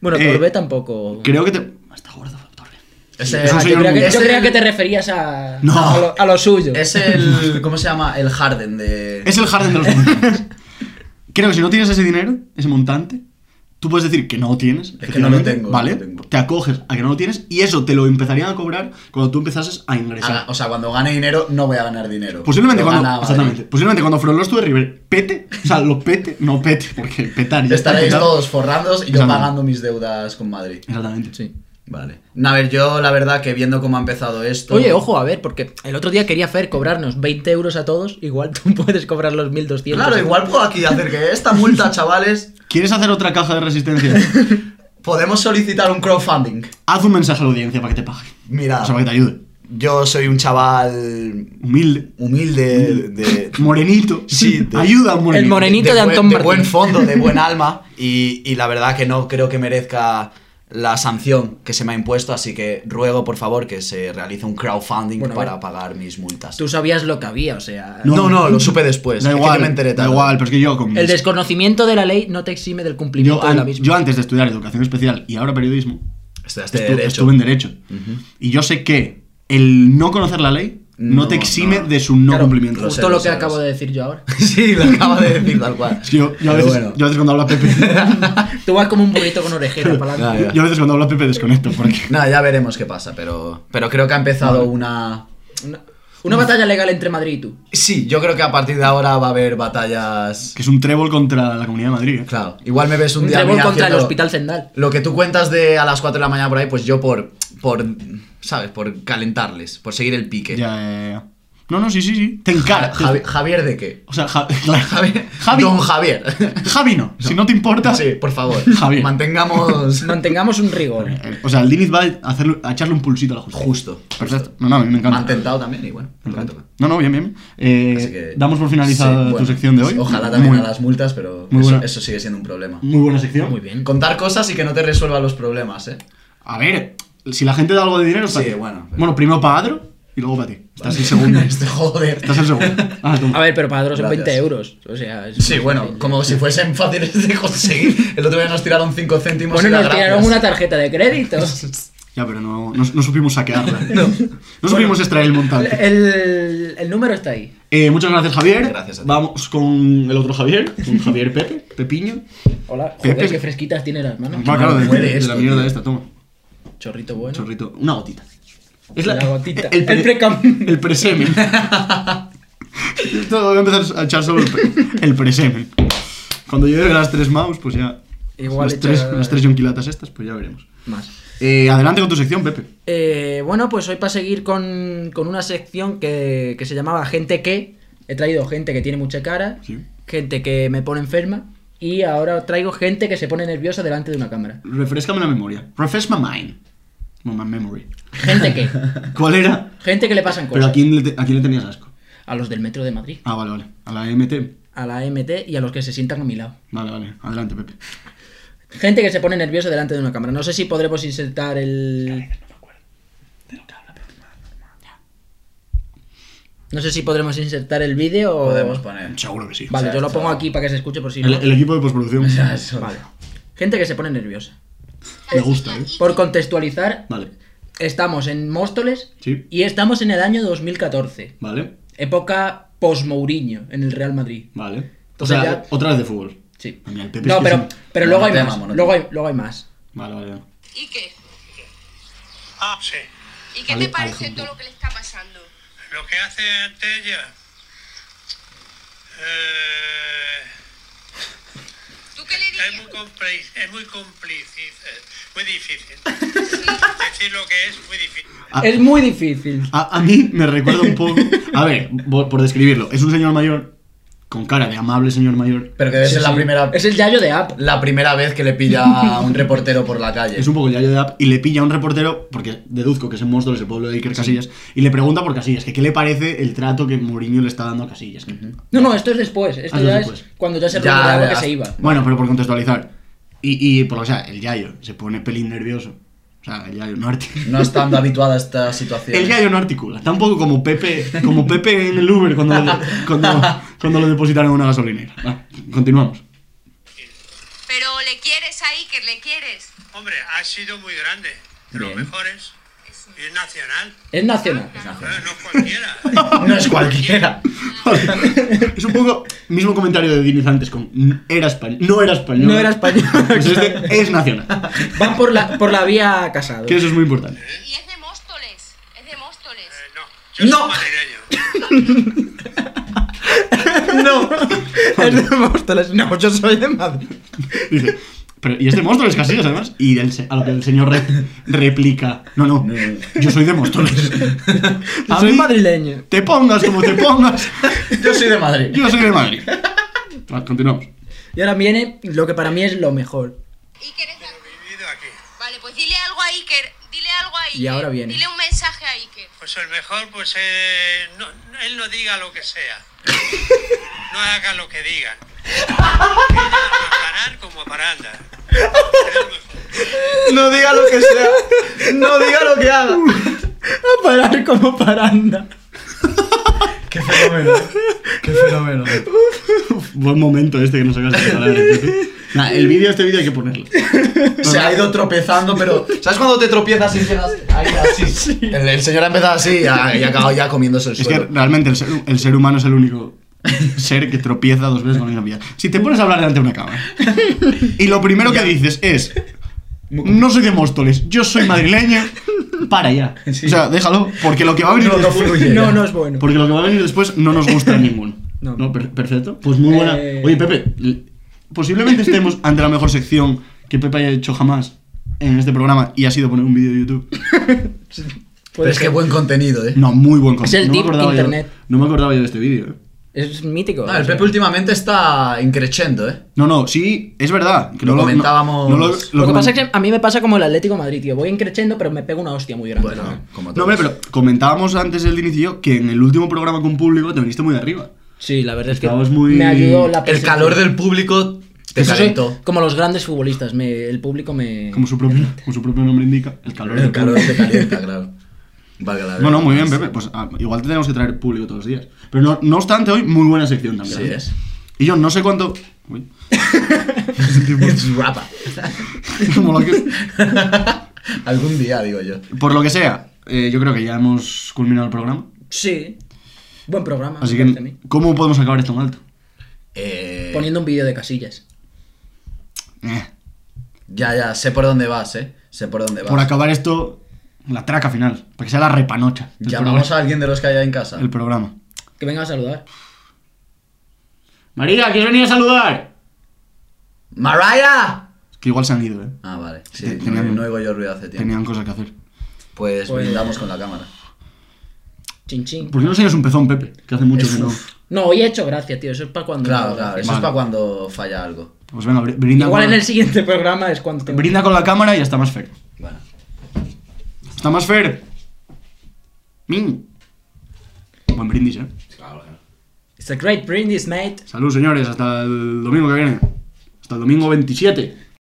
Speaker 3: Bueno,
Speaker 5: eh,
Speaker 3: Torbe tampoco.
Speaker 5: creo que te. Está gordo, Torbe.
Speaker 1: Ese-
Speaker 5: es un
Speaker 3: Ah, yo
Speaker 5: señor
Speaker 3: creía que,
Speaker 5: muy-
Speaker 3: yo
Speaker 1: es
Speaker 3: creía
Speaker 1: el-
Speaker 3: que te referías a.
Speaker 5: No.
Speaker 3: A, lo, a lo suyo.
Speaker 1: Es el. ¿Cómo se llama? El Harden de.
Speaker 5: Es el jardín de los montantes. Creo que si no tienes ese dinero, ese montante, tú puedes decir que no lo tienes.
Speaker 1: que no lo
Speaker 5: efectivamente,
Speaker 1: tengo, no
Speaker 5: Vale,
Speaker 1: lo tengo.
Speaker 5: te acoges a que no lo tienes y eso te lo empezarían a cobrar cuando tú empezases a ingresar.
Speaker 1: Ah, o sea, cuando gane dinero, no voy a ganar dinero.
Speaker 5: Posiblemente
Speaker 1: Lo
Speaker 5: cuando,
Speaker 1: gana Madrid.
Speaker 5: exactamente, posiblemente cuando Frolos de River pete, o sea, lo pete, no pete, porque petar ya está
Speaker 1: Estaréis
Speaker 5: petado.
Speaker 1: todos forrados y yo
Speaker 5: Exactamente.
Speaker 1: pagando mis deudas con Madrid.
Speaker 5: Exactamente.
Speaker 3: Sí.
Speaker 1: Vale. A ver, yo la verdad que viendo cómo ha empezado esto.
Speaker 3: Oye, ojo, a ver, porque el otro día quería Fer cobrarnos 20 euros a todos. Igual tú puedes cobrar los 1200.
Speaker 1: Claro, igual puedo aquí hacer que esta multa, chavales,
Speaker 5: ¿Quieres hacer otra caja de resistencia?
Speaker 1: podemos solicitar un crowdfunding.
Speaker 5: Haz un mensaje a la audiencia para que te pague.
Speaker 1: Mira,
Speaker 5: O sea, para que te ayude.
Speaker 1: yo soy un chaval
Speaker 5: Humilde,
Speaker 1: humilde de.
Speaker 5: morenito.
Speaker 1: Sí, de-
Speaker 5: ayuda a un morenito.
Speaker 3: El morenito. de
Speaker 1: buen-
Speaker 3: Antón
Speaker 1: de buen
Speaker 3: Martín.
Speaker 1: fondo, de buen alma. Y, y la verdad que no creo que merezca la sanción que se me ha impuesto, así que ruego por favor que se realice un crowdfunding
Speaker 3: Bueno, a ver.
Speaker 1: para pagar mis multas.
Speaker 3: Tú sabías lo que había, o sea.
Speaker 1: No, no, lo supe después.
Speaker 5: Da
Speaker 1: es que
Speaker 5: igual,
Speaker 1: yo me enteré
Speaker 5: da
Speaker 1: tarde.
Speaker 5: igual, pero es que yo con
Speaker 3: El
Speaker 5: mis-
Speaker 3: desconocimiento de la ley no te exime del cumplimiento
Speaker 5: yo,
Speaker 3: de la
Speaker 5: an-
Speaker 3: misma.
Speaker 5: yo antes de estudiar educación especial y ahora periodismo,
Speaker 1: Estudiaste
Speaker 5: estu-
Speaker 1: derecho.
Speaker 5: estuve en derecho. Y yo sé que el no conocer la ley no,
Speaker 1: No,
Speaker 5: te exime
Speaker 1: no.
Speaker 5: de su no
Speaker 3: Claro,
Speaker 5: cumplimiento.
Speaker 1: lo
Speaker 3: Justo
Speaker 1: sé,
Speaker 3: lo,
Speaker 1: lo
Speaker 3: que
Speaker 1: sé, lo
Speaker 3: acabo
Speaker 1: sé.
Speaker 3: de decir yo ahora.
Speaker 1: Sí, lo acaba de decir tal cual.
Speaker 5: Es que yo, yo a
Speaker 1: Pero
Speaker 5: veces,
Speaker 1: bueno.
Speaker 5: yo a veces cuando habla Pepe.
Speaker 3: Tú vas como un burrito con orejera para
Speaker 1: Ah, ya.
Speaker 5: yo a veces cuando habla Pepe desconecto porque.
Speaker 1: Nada, ya veremos qué pasa, pero, pero creo que ha empezado una...
Speaker 3: Una, una batalla legal entre Madrid y tú.
Speaker 1: Sí, yo creo que a partir de ahora va a haber batallas...
Speaker 5: Que es un trébol contra la Comunidad de Madrid. ¿eh?
Speaker 1: Claro, igual me ves un,
Speaker 3: Un
Speaker 1: día... a mí
Speaker 3: trébol contra el
Speaker 1: haciendo-
Speaker 3: hospital Zendal.
Speaker 1: Lo que tú cuentas de a las 4 de la mañana por ahí, pues yo por... por ¿Sabes? Por calentarles, por seguir el pique.
Speaker 5: Ya, ya, ya. No, no, sí, sí, sí. Te encara.
Speaker 1: Ja-
Speaker 5: te-
Speaker 1: Javi- ¿Javier de qué?
Speaker 5: o sea, Ja- claro.
Speaker 1: Javi-
Speaker 5: Javi.
Speaker 1: Don Javier.
Speaker 5: Javi no. Si no te importa.
Speaker 1: Sí, por favor.
Speaker 5: Javier.
Speaker 1: Mantengamos...
Speaker 3: Mantengamos un rigor.
Speaker 5: Eh, O sea, el Diniz va a, hacerle- a echarle un pulsito a la justicia.
Speaker 1: Justo.
Speaker 5: Perfecto. No, no, a mí me encanta.
Speaker 1: Mantentado también y bueno,
Speaker 5: Me
Speaker 1: lo que
Speaker 5: encanta.
Speaker 1: toca.
Speaker 5: No, no, bien, bien. Eh,
Speaker 1: Así que-
Speaker 5: damos por finalizada
Speaker 1: Sí,
Speaker 5: tu
Speaker 1: bueno, pues,
Speaker 5: sección de hoy.
Speaker 1: Ojalá también
Speaker 5: Muy-
Speaker 1: a las multas, pero
Speaker 5: muy
Speaker 1: eso,
Speaker 5: buena.
Speaker 1: eso sigue siendo un problema.
Speaker 5: Muy buena sección.
Speaker 3: Muy bien.
Speaker 1: Contar cosas y que no te resuelvan los problemas, ¿eh?
Speaker 5: A ver, si la gente da algo de dinero, es
Speaker 1: Sí,
Speaker 5: para ti.
Speaker 1: bueno, pero-
Speaker 5: Bueno, primero para Adro y luego para ti. Estás el segundo.
Speaker 1: Este, joder.
Speaker 5: Estás el segundo. Ah, tú.
Speaker 3: A ver, pero para Dross son
Speaker 1: Gracias.
Speaker 3: 20 euros. O sea, es-
Speaker 1: Sí, bueno, como si fuesen fáciles de conseguir. El otro día nos tiraron 5 céntimos
Speaker 3: Bueno,
Speaker 1: y la
Speaker 3: nos tiraron una
Speaker 1: gracias.
Speaker 3: tarjeta de crédito.
Speaker 5: Ya, pero no, no, no supimos saquearla. no. supimos extraer el montante.
Speaker 3: El, el número está ahí.
Speaker 5: Eh, muchas gracias, Javier.
Speaker 1: Gracias a ti.
Speaker 5: Vamos con el otro Javier, con Javier Pepe, Pepiño.
Speaker 3: Hola,
Speaker 5: Pepe.
Speaker 3: joder, qué fresquitas tiene las manos.
Speaker 5: Va, claro, de,
Speaker 1: huele
Speaker 5: de
Speaker 1: esto,
Speaker 5: la mierda
Speaker 1: tío.
Speaker 5: esta, toma.
Speaker 3: Chorrito bueno.
Speaker 5: Chorrito, una gotita. Es
Speaker 3: La gotita.
Speaker 5: El, pre,
Speaker 3: El precam-
Speaker 5: El presemen. Esto voy a empezar a echar solo el, pre- el presemen. Cuando yo llegue las tres mouse, pues ya.
Speaker 3: Igual
Speaker 5: las,
Speaker 3: echa-
Speaker 5: tres, las tres yonquilatas estas, pues ya veremos.
Speaker 3: Más.
Speaker 5: Eh, adelante con tu sección, Pepe.
Speaker 3: Eh, bueno, pues hoy para seguir con, con una sección que, que se llamaba Gente que. He traído gente que tiene mucha cara,
Speaker 5: Sí.
Speaker 3: gente que me pone enferma y ahora traigo gente que se pone nerviosa delante de una cámara.
Speaker 5: Refrescame la memoria. Refresh my mind. No, my memory.
Speaker 3: Gente que.
Speaker 5: ¿Cuál era?
Speaker 3: gente que le pasan
Speaker 5: Pero
Speaker 3: cosas.
Speaker 5: ¿a quién, le te- ¿a quién le tenías asco?
Speaker 3: A los del metro de Madrid,
Speaker 5: Ah, vale, vale. A la MT.
Speaker 3: a la MT y a los que se sientan a mi lado.
Speaker 5: Vale, vale. Adelante, Pepe.
Speaker 3: Gente que se pone nerviosa delante de una cámara. No sé si podremos insertar el. No sé si podremos insertar el vídeo o.
Speaker 1: Podemos poner.
Speaker 5: Seguro que sí.
Speaker 3: Vale, yo lo
Speaker 1: esto-
Speaker 3: pongo aquí para que se escuche por si
Speaker 5: El,
Speaker 3: no.
Speaker 5: el equipo de postproducción.
Speaker 1: Eso.
Speaker 3: Vale. Gente que se pone nerviosa.
Speaker 5: Me gusta, ¿eh?
Speaker 3: Por contextualizar,
Speaker 5: Vale.
Speaker 3: estamos en Móstoles
Speaker 5: Sí.
Speaker 3: y estamos en el año 2014.
Speaker 5: Vale.
Speaker 3: Época post-Mourinho en el Real Madrid.
Speaker 5: Vale. O
Speaker 3: Entonces
Speaker 5: sea,
Speaker 3: ya-
Speaker 5: otra vez de fútbol.
Speaker 3: Sí.
Speaker 5: Mira, el Pepe es
Speaker 3: No,
Speaker 5: que
Speaker 3: pero,
Speaker 5: es un-
Speaker 3: pero luego hay
Speaker 1: monotema,
Speaker 3: más.
Speaker 1: monotema.
Speaker 3: Luego hay, luego hay más.
Speaker 5: Vale, vale, vale.
Speaker 6: ¿Y qué?
Speaker 7: Ah, sí.
Speaker 6: ¿Y qué
Speaker 5: Ale-
Speaker 6: te parece
Speaker 5: Alejandro.
Speaker 6: todo lo que le está pasando?
Speaker 7: Lo que hace ante ella. Eh,
Speaker 6: ¿Tú qué le
Speaker 7: es muy compli- es muy complicado, muy difícil. Decir lo que es muy difícil.
Speaker 5: Ah.
Speaker 3: Es muy difícil.
Speaker 5: A, a mí me recuerda un poco. A ver, por, por describirlo. Es un señor mayor, con cara de amable señor mayor.
Speaker 1: Pero que debe
Speaker 3: Sí,
Speaker 1: ser la
Speaker 3: sí.
Speaker 1: primera.
Speaker 3: Es el yayo de App.
Speaker 1: La primera vez que le pilla a un reportero por la calle.
Speaker 5: Es un poco el yayo de app y le pilla a un reportero, porque deduzco que ese monstruo es el pueblo de Iker Casillas, y le pregunta por Casillas, que qué le parece el trato que Mourinho le está dando a Casillas. que-
Speaker 3: No, no, esto es después. Esto
Speaker 5: Ah, no,
Speaker 3: ya es
Speaker 5: después.
Speaker 3: cuando ya se
Speaker 1: Ya,
Speaker 3: recuperaba
Speaker 1: ya.
Speaker 3: que se iba.
Speaker 5: Bueno, pero por contextualizar. Y, y por lo que sea, el yayo se pone pelín nervioso. O sea, el yayo no articula.
Speaker 1: No estando habituada a esta situación.
Speaker 5: El yayo no articula. Tampoco como Pepe, como Pepe en el Uber cuando lo, cuando, cuando lo depositaron en una gasolinera. Va, continuamos.
Speaker 6: Pero le quieres a Iker, le quieres.
Speaker 7: Hombre, ha sido muy grande, de los
Speaker 3: Bien.
Speaker 7: mejores. Y es nacional,
Speaker 3: Es nacional.
Speaker 7: ¿eh? no es cualquiera.
Speaker 1: No es cualquiera.
Speaker 5: Vale. Es un poco mismo comentario de Diniz antes con "N- era español, no era español.
Speaker 3: No era español.
Speaker 5: Pues este es nacional.
Speaker 3: Van por la, por la vía casado.
Speaker 5: Que eso es muy importante.
Speaker 6: Y es de Móstoles, es de Móstoles.
Speaker 7: Eh, no, yo
Speaker 3: No.
Speaker 7: soy madrileño.
Speaker 3: No, es de Móstoles. No, yo soy de Madrid.
Speaker 5: Dice, pero, y este monstruo es Casillas, además. Y el se- a lo que el señor re- replica: No, no, yo soy de Móstoles. A
Speaker 3: soy
Speaker 5: mí,
Speaker 3: madrileño.
Speaker 5: Te pongas como te pongas,
Speaker 1: Yo soy de Madrid.
Speaker 5: yo soy de Madrid. Va, continuamos.
Speaker 3: Y ahora viene lo que para mí es lo mejor.
Speaker 6: Iker es de
Speaker 7: He vivido aquí.
Speaker 6: Vale, pues dile algo a Iker, dile algo a Iker.
Speaker 3: Y ahora viene.
Speaker 6: Dile un mensaje a Iker.
Speaker 7: Pues el mejor, pues eh, no- no- él no diga lo que sea. No haga lo que digan. Parar como paranda. Es el mejor.
Speaker 1: No diga lo que sea. No diga lo que haga.
Speaker 3: A parar como paranda.
Speaker 1: Qué fenómeno. Qué fenómeno.
Speaker 5: Uf, buen momento este que nos sacas de parar. Nah, el vídeo, este vídeo hay que ponerlo.
Speaker 1: Se ha ido tropezando, pero. ¿Sabes cuando te tropiezas y llegas ahí así? El, el señor ha empezado así y ha, y ha acabado ya comiéndose el
Speaker 5: Es que
Speaker 1: suelo.
Speaker 5: realmente el ser, el ser humano es el único ser que tropieza dos veces con la misma piedra. Si te pones a hablar delante de una cámara y lo primero que dices es no soy de Móstoles, yo soy madrileño, para ya. O sea, déjalo, porque lo que va a venir
Speaker 1: No, no
Speaker 5: después,
Speaker 1: fluye.
Speaker 3: No, no es bueno.
Speaker 5: porque lo que va a venir después no nos gusta a ninguno.
Speaker 3: No.
Speaker 5: No, per- perfecto. Pues muy buena.
Speaker 3: Eh.
Speaker 5: Oye, Pepe, l- posiblemente estemos ante la mejor sección que Pepe haya hecho jamás en este programa y ha sido poner un vídeo de YouTube.
Speaker 1: Pero es que buen contenido, eh.
Speaker 5: No, muy buen
Speaker 3: Es el
Speaker 5: contenido. no me
Speaker 3: tip de
Speaker 5: acordaba yo-
Speaker 3: internet.
Speaker 5: no me acordaba yo de este vídeo. eh.
Speaker 3: Es mítico.
Speaker 1: No, Ah, el Pepe últimamente está increchendo, eh.
Speaker 5: No, no, sí, es verdad. Que
Speaker 1: Lo
Speaker 5: no no-
Speaker 1: comentábamos.
Speaker 5: no lo- lo
Speaker 3: Lo que
Speaker 5: comen-
Speaker 3: pasa es que a mí me pasa como el Atlético de Madrid, tío. Voy increchendo, pero me pego una hostia muy grande.
Speaker 1: Bueno, como
Speaker 5: No,
Speaker 1: todos.
Speaker 5: hombre, pero comentábamos antes el Diniz y yo que en el último programa con público te viniste muy arriba.
Speaker 3: Sí, la verdad es que
Speaker 5: Estabas muy-
Speaker 3: me ayudó la
Speaker 1: El
Speaker 3: presencia.
Speaker 1: calor del público te
Speaker 3: Eso soy
Speaker 1: calentó.
Speaker 3: Como los grandes futbolistas, me- el público me.
Speaker 5: Como su propio, como su propio nombre indica, el calor.
Speaker 1: El
Speaker 5: del
Speaker 1: calor
Speaker 5: público.
Speaker 1: te calienta, claro. Valga la
Speaker 5: No, no, muy bien, Pepe.
Speaker 1: redundancia.
Speaker 5: Pues ah, igual te tenemos que traer público todos los días. Pero no, no obstante, hoy muy buena sección también. ¿eh?
Speaker 1: Sí, es.
Speaker 5: Y yo no sé cuánto. Uy.
Speaker 1: It's rapa.
Speaker 5: Como lo que-
Speaker 1: Algún día, digo yo.
Speaker 5: Por lo que sea, eh, yo creo que ya hemos culminado el programa.
Speaker 3: Sí. Buen programa.
Speaker 1: Ah,
Speaker 5: Así
Speaker 3: me parece a mí.
Speaker 5: que, ¿cómo podemos acabar esto en alto?
Speaker 1: Eh,
Speaker 3: Poniendo un vídeo de casillas.
Speaker 5: Eh,
Speaker 1: Ya, ya, sé por dónde vas, eh. Sé por dónde vas.
Speaker 5: por acabar esto, la traca final. Para que sea la repanocha. del
Speaker 1: Llamamos
Speaker 5: programa.
Speaker 1: a alguien de los que haya en casa.
Speaker 5: el programa.
Speaker 3: Que venga a saludar.
Speaker 5: María, ¿quieres venir a saludar?
Speaker 1: ¡Mariah!
Speaker 5: Que igual se han ido, ¿eh?
Speaker 1: Ah, vale. Sí,
Speaker 5: Te-
Speaker 1: no-
Speaker 5: tenían-
Speaker 1: no oigo yo ruido hace tiempo.
Speaker 5: Tenían cosas que hacer.
Speaker 1: Pues,
Speaker 3: Pues-
Speaker 1: brindamos con la cámara.
Speaker 3: Chin chin.
Speaker 1: Pues-
Speaker 5: ¿Por qué no enseñas un pezón, Pepe? Que hace mucho
Speaker 1: Es-
Speaker 5: que no.
Speaker 3: No, hoy he hecho gracia, tío. Eso es para cuando.
Speaker 1: Claro,
Speaker 3: hago
Speaker 1: claro.
Speaker 3: gracia.
Speaker 1: Eso es
Speaker 5: Vale.
Speaker 1: para cuando falla algo.
Speaker 5: Pues venga, br- brinda,
Speaker 3: Igual
Speaker 5: con,
Speaker 3: en
Speaker 5: la-
Speaker 3: el siguiente programa es cuando tengo.
Speaker 5: brinda con la cámara y hasta más Fer.
Speaker 1: Bueno.
Speaker 5: ¡Hasta más Fer! ¡Min! Buen brindis, ¿eh?
Speaker 3: It's a great brindis, mate.
Speaker 5: Salud, señores. Hasta el domingo que viene. Hasta el domingo 27.